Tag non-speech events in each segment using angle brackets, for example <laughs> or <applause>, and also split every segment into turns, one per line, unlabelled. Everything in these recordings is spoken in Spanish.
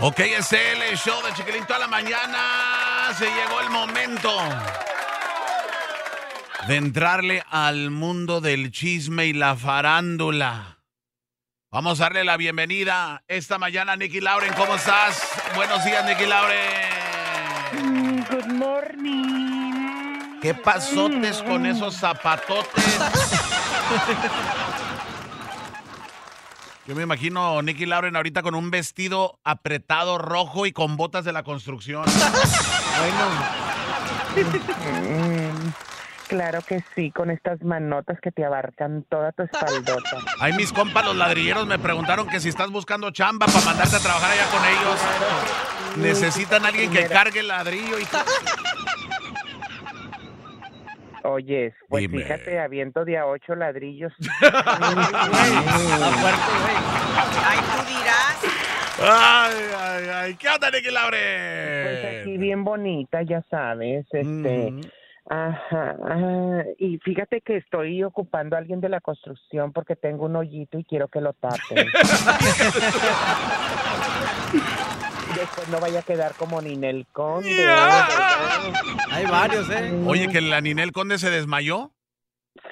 Ok, es el show de Chiquilín a la mañana. Se llegó el momento de entrarle al mundo del chisme y la farándula. Vamos a darle la bienvenida esta mañana a Nicky Lauren. ¿Cómo estás? Buenos días, Nicky Lauren.
Mm, Good morning.
¿Qué pasotes con esos zapatotes? Yo me imagino a Nicky Lauren ahorita con un vestido apretado rojo y con botas de la construcción.
Mm, claro que sí, con estas manotas que te abarcan toda tu espaldota. <laughs>
Ahí mis compas los ladrilleros me preguntaron que si estás buscando chamba para mandarte a trabajar allá con ellos. Necesitan a alguien que cargue el ladrillo y
Oyes, pues
Dime.
fíjate, aviento de a
<laughs>
ocho ladrillos.
Ay, tú dirás.
Ay, ay, ay. ¿Qué onda, Nicky
Pues aquí
Lauren?
bien bonita, ya sabes, este...
Ujú.
Ajá, ajá, y fíjate que estoy ocupando a alguien de la construcción porque tengo un hoyito y quiero que lo
<laughs>
tapen. Después no vaya a quedar como Ninel Conde.
Hay varios, ¿eh?
<laughs> Oye, que la Ninel Conde se desmayó.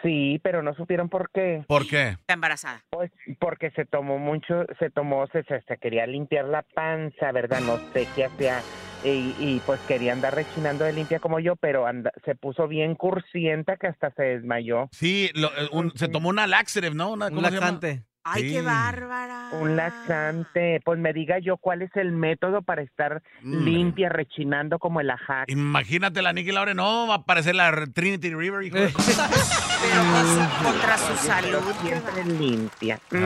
Sí, pero no supieron por qué.
¿Por qué?
Está embarazada.
Pues porque se tomó mucho, se tomó, se, se, se quería limpiar la panza, ¿verdad? No sé qué hacía. Y, y, pues quería andar rechinando de limpia como yo, pero anda- se puso bien cursienta que hasta se desmayó.
Sí, lo- eh, un- se tomó una laxative, ¿no? Una,
Un
¿cómo se llama?
<laughs> laxante.
Ay,
Sí.
qué bárbara.
Un laxante. Pues me diga yo cuál es el método para estar
Mm.
limpia, rechinando como el ajac.
Imagínate la Nicky Lauren, no, va a aparecer la R- Trinity River. hijo de- <laughs>
Eh. Pero con su- contra su
Pero
salud. qué
siempre
bárbara.
limpia.
Ay.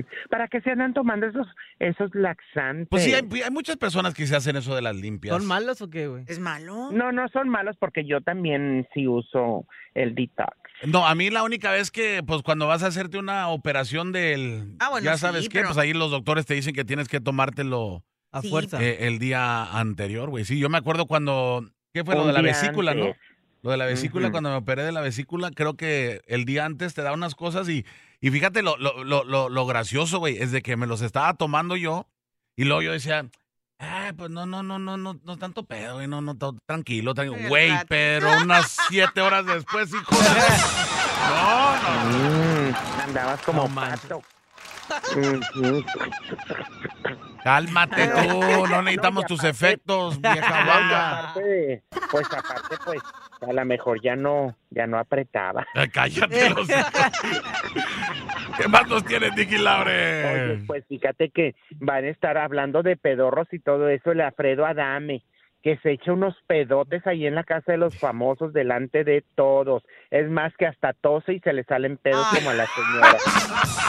Ujú. ¿Para qué se andan tomando esos, esos laxantes?
Pues sí, hay, hay muchas personas que se hacen eso de las limpias.
¿Son malos o qué, güey?
¿Es malo?
No, no son malos porque yo también sí uso el detox.
No, a mí la única vez que, pues cuando vas a hacerte una operación del...
Ah, bueno,
ya
sí,
sabes qué,
pero-
pues ahí los doctores te dicen que tienes que tomártelo
A
Sí.
fuerza.
eh, el día anterior, güey. Sí, yo me acuerdo cuando... ¿Qué fue? Lo
Un
de la
día
vesícula, ¿no?
antes.
Lo de la vesícula,
Ujú.
cuando me operé de la vesícula, creo que el día antes te da unas cosas y, y fíjate lo, lo, lo, lo, lo gracioso, güey, es de que me los estaba tomando yo y luego yo decía, ah, pues no, no, no, no, no, no tanto pedo, güey, no, no, todo tranquilo, tranquilo.
El
Güey,
rato.
pero unas siete horas después, hijo
<laughs>
de... No, no.
Mm, andabas como
No manches.
<laughs>
pato. Ujú.
Cálmate tú, no necesitamos
No, y
tus
aparte-
efectos, vieja guanga.
Aparte de- pues aparte, pues a lo mejor ya no, ya no apretaba.
Ay, Cállate los...
<laughs>
¿Qué más nos tienes, Nicky Laure?
Oye, pues fíjate que van a estar hablando de pedorros y todo eso, el Alfredo Adame, que se echa unos pedotes ahí en la casa de los famosos delante de todos. Es más que hasta tose y se le salen pedos
Ah.
Ay.
como a
<laughs>
la señora.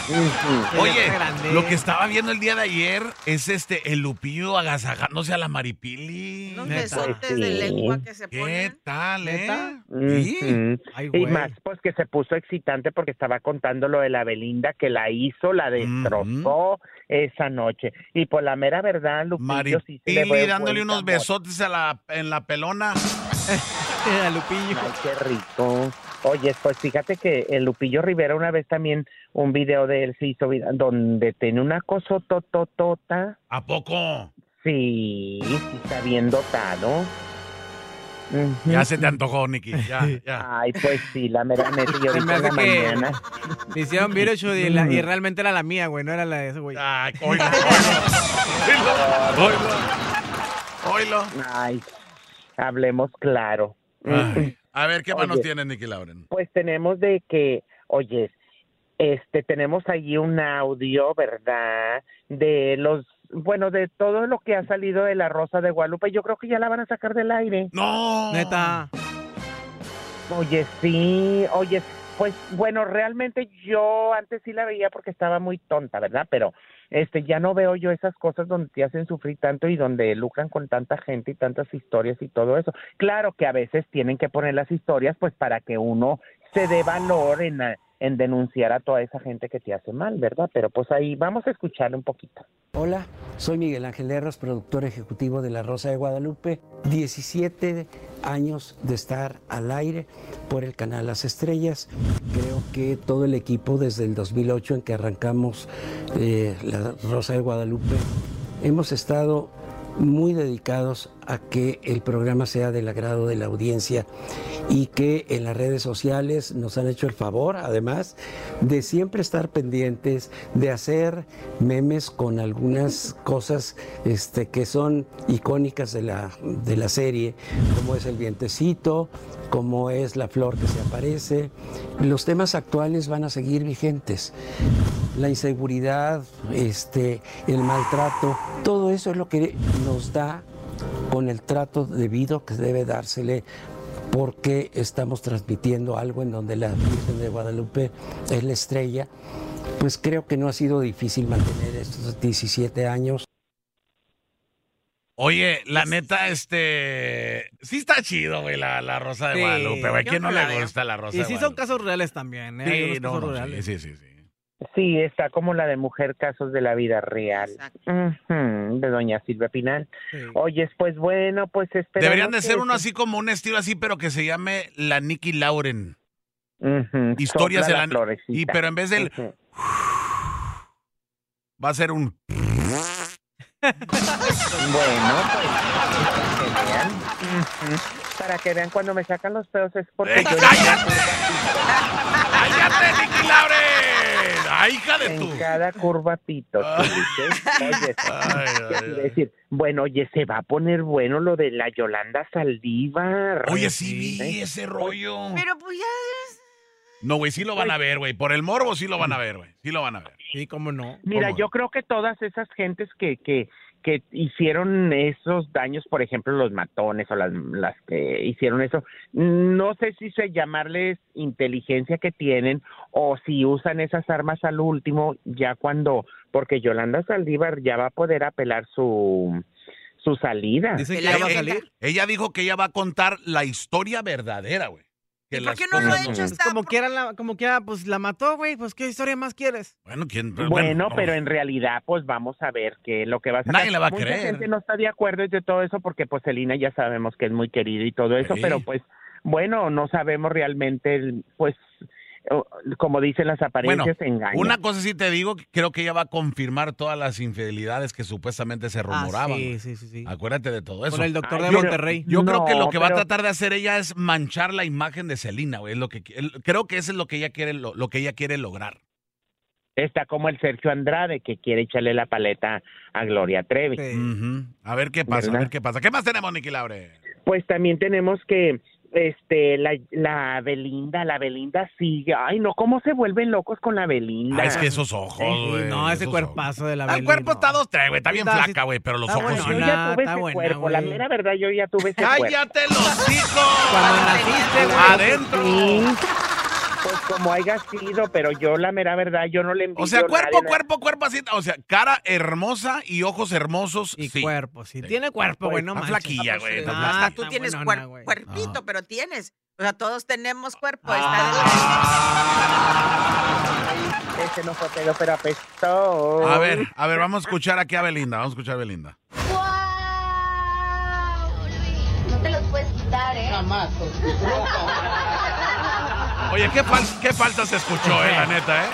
Ujú.
Oye,
está grande.
lo que estaba viendo el día de ayer es este, el Lupillo agasajándose a la Maripili.
Unos
Neta.
besotes de
Sí.
lengua que se
¿Qué
ponen.
tal, eh?
¿Neta?
Sí.
Ujú.
Ay,
Y
güey.
Mm, <laughs> más, pues que se puso excitante porque estaba contando lo de la Belinda que la hizo, la destrozó esa noche. Y por la mera verdad, Lupillo sí se le fue
Maripili
el
dándole
buen
unos
sabor.
besotes a la, en la pelona.
A Lupillo. <laughs>
Ay, qué rico. Oye, pues fíjate que el Lupillo Rivera una vez también un video de él se hizo viral, donde tiene una cosotototota.
¿A poco?
Sí, sí está bien dotado. Ujú.
Ya se te antojó, Nicky. Ya, ya.
Ay, pues sí, la mera neta.
<laughs>
Y ahorita en la
hace que-
mañana.
Le hicieron virus y,
Mm.
la- y realmente era la mía, güey. No era la de ese, güey.
Ay, oilo, oilo.
<laughs>
Oilo. Oilo.
Ay, hablemos claro.
oilo. Ay. A ver, ¿qué más nos
Oye.
tienes, Nicky Lauren?
Pues tenemos de que, oye, este, tenemos allí un audio, ¿verdad? De los, bueno, de todo lo que ha salido de la Rosa de Guadalupe. Yo creo que ya la van a sacar del aire.
¡No!
Neta.
Oye, sí, oye, pues bueno, realmente yo antes sí la veía porque estaba muy tonta, ¿verdad? Pero este ya no veo yo esas cosas donde te hacen sufrir tanto y donde lucran con tanta gente y tantas historias y todo eso. Claro que a veces tienen que poner las historias pues para que uno se dé valor en, en denunciar a toda esa gente que te hace mal, ¿verdad? Pero pues ahí vamos a escucharle un poquito.
Hola, soy Miguel Ángel Herros, productor ejecutivo de La Rosa de Guadalupe. 17 años de estar al aire por el canal Las Estrellas. Creo que todo el equipo desde el 2008 en que arrancamos eh, La Rosa de Guadalupe Hemos estado muy dedicados a que el programa sea del agrado de la audiencia y que en las redes sociales nos han hecho el favor, además, de siempre estar pendientes, de hacer memes con algunas cosas este, que son icónicas de la, de la serie, como es el vientecito, como es la flor que se aparece. Los temas actuales van a seguir vigentes la inseguridad, este, el maltrato, todo eso es lo que nos da con el trato debido que debe dársele porque estamos transmitiendo algo en donde la Virgen de Guadalupe es la estrella, pues creo que no ha sido difícil mantener estos 17 años.
Oye, la neta, este. Sí está chido, güey, la, la Rosa de
Sí,
Guadalupe, güey.
yo
¿Quién no
no la
le
veo.
gusta la Rosa
Y
de
sí son
Guadalupe?
casos reales también, ¿eh? Hay
Sí,
unos
no,
casos
no,
reales.
sí, sí, sí, sí.
Sí, está como la de Mujer Casos de la Vida Real.
Exacto.
Ujú, de doña Silvia Pinal.
Sí.
Oyes, pues bueno, pues esperamos
Deberían de
que
ser uno
este-
así como un estilo así, pero que se llame la Nicky Lauren.
Ujú,
Historias
sopla
de la-
florecita.
Y pero en vez del
Ujú.
va a ser un
Bueno, pues, para que vean. Ujú. Para que vean cuando me sacan los pedos es porque
¡Eh,
yo
¡Cállate! ¡Cállate, Nicky Lauren! ¡Ay, hija de tú!
en cada curva pito.
Ah.
¿sí, viste?
<laughs>
Oyes, <laughs>
Ay, ay,
y
ay.
decir, bueno, oye, se va a poner bueno lo de la Yolanda Saldívar.
Oye, sí vi
¿eh?
ese rollo.
Pero pues ya es...
No, güey, sí lo van a ver, güey. Por el morbo sí lo van a ver, güey. Sí lo van a ver.
Sí, cómo no.
Mira,
¿Cómo?
yo creo que todas esas gentes que, que, que hicieron esos daños, por ejemplo, los matones o las, las que hicieron eso, no sé si se llamarles inteligencia que tienen o si usan esas armas al último, ya cuando, porque Yolanda Saldívar ya va a poder apelar su, su salida.
Dicen que
la
ya va a
Eh, eh,
salir.
Ella dijo que ella va a contar la historia verdadera, güey. Que
¿Y por
las
qué no lo
cosas
ha hecho
Pues
hasta...
como quiera, la- como quiera, pues la mató, güey. Pues qué historia más quieres.
Bueno, ¿quién? no.
Bueno, pero en realidad, pues vamos a ver qué es lo que va a sacar.
Nadie la va a
Mucha
creer.
gente no está de acuerdo de todo eso porque, pues, Selena ya sabemos que es muy querida y todo eso,
Sí.
pero, pues, bueno, no sabemos realmente, el- pues, o- como dicen las apariencias, engañan.
Una cosa sí te digo, que creo que ella va a confirmar todas las infidelidades que supuestamente se rumoraban.
sí,
güey.
sí, Ah, sí, sí.
Acuérdate de todo eso.
Con el doctor
Ay,
de
pero-
Monterrey.
Yo creo que
No,
lo que va a
pero-
tratar de hacer ella es manchar la imagen de Selena, güey. Es lo que qui- el- creo que eso es lo que ella quiere, lo, lo que ella quiere lograr.
Está como el Sergio Andrade que quiere echarle la paleta a Gloria Trevi.
Sí.
Ujú. A ver qué pasa, a
¿Verdad?
ver qué pasa. ¿Qué más tenemos, Nicky Laure?
Pues también tenemos que este la, la Belinda, la Belinda sigue. Ay, no, ¿cómo se vuelven locos con la Belinda?
Ah, es que esos ojos,
Sí,
güey.
no, ese
esos ojos.
cuerpazo de la
Ah, El
Beli,
cuerpo
no.
está dos, tres, güey. Está bien
Está así-
flaca, güey, pero los
está
ojos
Ah, bueno,
sí.
Yo
Nah,
ya tuve
está
ese
buena,
cuerpo, la
güey.
mera verdad, yo ya tuve ese cuerpo.
¡Cállate
<laughs>
los hijos!
Cuando naciste, güey.
¡Adentro!
Sí, pues como haya sido, pero yo la mera verdad, yo no le envidio
O sea,
a
cuerpo,
nadie,
cuerpo, cuerpo así. O sea, cara hermosa y ojos hermosos.
Y
sí.
cuerpo, sí.
Sí.
Tiene cuerpo, güey, no
Está
manches.
flaquilla, güey, está
Ah,
flaca.
Tú
está
tienes
buenona,
cuer-
güey.
cuerpito,
Ajá.
pero tienes. O sea, todos tenemos cuerpo.
Ah.
Ese no fue pedo, pero apestó.
A ver, a ver, vamos a escuchar aquí a Belinda. Vamos a escuchar a Belinda.
¡Wow! Luis, no te los puedes quitar, ¿eh?
Oye, qué, fal- qué falsa se escuchó, eh, la neta, ¿eh?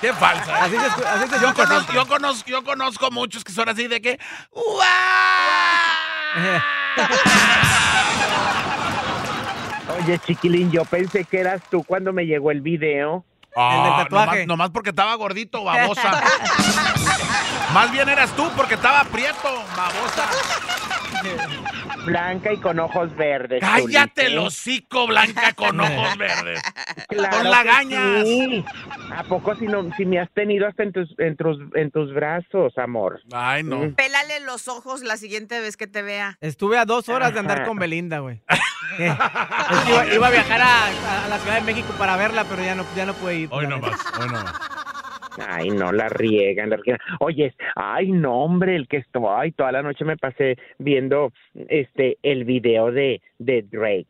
Qué falsa. ¿eh?
Así se escu- así se
Yo
escucha
conozco,
siempre.
yo, conozco, yo conozco muchos que son así de que... ¡Wow!
Oye, chiquilín, yo pensé que eras tú cuando me llegó el video.
Ah,
tatuaje.
Nomás, nomás porque estaba gordito, babosa. Más bien eras tú porque estaba prieto, babosa.
Blanca y con ojos verdes.
Cállate el
Tulita.
hocico, Blanca, con ojos verdes.
Claro
Con lagañas.
que sí. ¿A poco si, no, si me has tenido hasta en tus, en tus, en tus brazos, amor?
Ay, no.
<laughs> Pélale los ojos la siguiente vez que te vea.
<laughs> Estuve a dos horas de andar con Belinda,
<laughs>
güey. Eh, es que iba, iba a viajar a, a- a la Ciudad de México para verla, pero ya no, ya no pude ir.
Hoy
la neta.
nomás, hoy nomás.
Ay, no, la riegan, la riegan. Oye, ay, no, hombre, el que estuvo, ay, toda la noche me pasé viendo este, el video de, de Drake.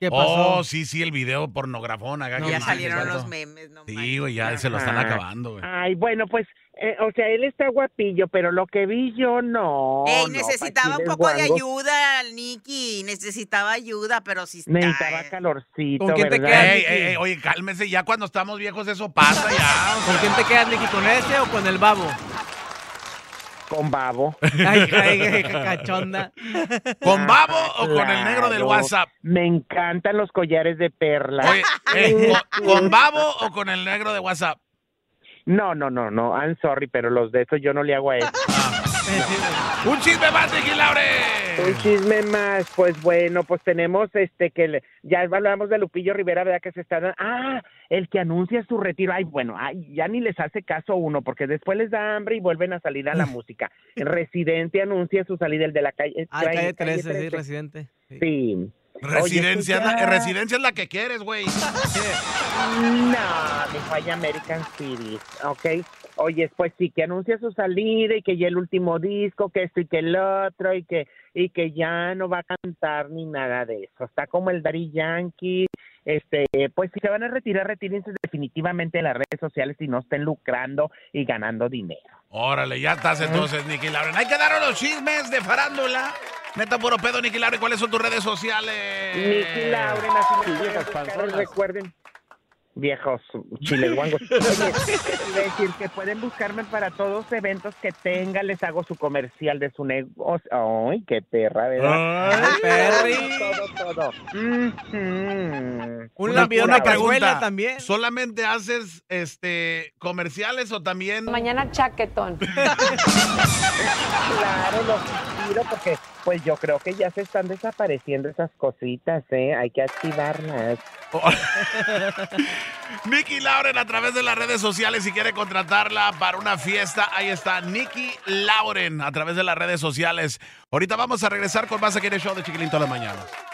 ¿Qué pasó?
Oh, sí, sí, el video pornografón. acá
No,
que
ya
dice,
salieron
vato.
los memes, no
Sí,
manches.
güey, ya se lo están
Ah.
acabando, güey.
Ay, bueno, pues, eh, o sea, él está guapillo, pero lo que vi yo, no.
Ey,
no,
necesitaba un
pachiles
poco de
guangos.
ayuda, Nicky. Necesitaba ayuda, pero si está. eh,
Necesitaba calorcito,
¿Con quién te
¿verdad?
quedas?
Ey, ey, ey, oye, cálmese, ya cuando estamos viejos eso pasa ya. o
¿Con
sea. <laughs>
quién te quedas, Nicky? ¿Con ese o con el babo?
Con babo.
Ay, ay, ay, <laughs> cachonda.
¿Con Babo o con el
Claro.
negro del WhatsApp?
Me encantan los collares de perlas.
Oye, eh, ¿con, con Babo o con el negro de WhatsApp?
No, no, no, no. I'm sorry, pero los de esos yo no le hago
<laughs>
a eso.
¡Un chisme más de Gil
Un
Ah.
Laure!
chisme más, pues bueno, pues tenemos este que le- ya hablamos de Lupillo Rivera, ¿verdad? Que se está dando- ah, el que anuncia su retiro, ay, bueno, ay, ya ni les hace caso uno, porque después les da hambre y vuelven a salir
<laughs>
a la música. Residente anuncia su salida, el de la calle.
Ah, calle 13, sí,
13.
residente. Sí.
Sí.
Residencia,
Oye,
es la-
ya.
residencia es la que quieres,
<laughs>
güey.
No, me falla American City, ¿ok? Oye, pues sí, que anuncia su salida y que ya el último disco, que esto y que el otro, y que, y que ya no va a cantar ni nada de eso. Está como el Daddy Yankee, este, pues si se van a retirar, retírense definitivamente de las redes sociales si no estén lucrando y ganando dinero.
Órale, ya estás entonces, Nicky Lauren. Hay que dar los chismes de farándula. Neta puro pedo, Nicky Lauren. ¿Cuáles son tus redes sociales?
Nicky Lauren, así me pueden buscar, recuerden. Viejos chiles guangos. <laughs> Oye, iba a decir que pueden buscarme para todos eventos que tenga, les hago su comercial de su negocio. ¡Ay, qué perra, verdad!
Ay,
Perry.
Todo, todo. Ujú.
Un
Una-
lampión,
una pregunta.
una cazuela también.
¿Solamente haces este comerciales o también
Mañana chaquetón.
Claro, los tiro porque, pues yo creo que ya se están desapareciendo esas cositas, ¿eh? Hay que activarlas.
Nicky Lauren a través de las redes sociales si quiere contratarla para una fiesta? Ahí está Nicky Lauren a través de las redes sociales. Ahorita vamos a regresar con más aquí en el show de Chiquilín todas las mañanas.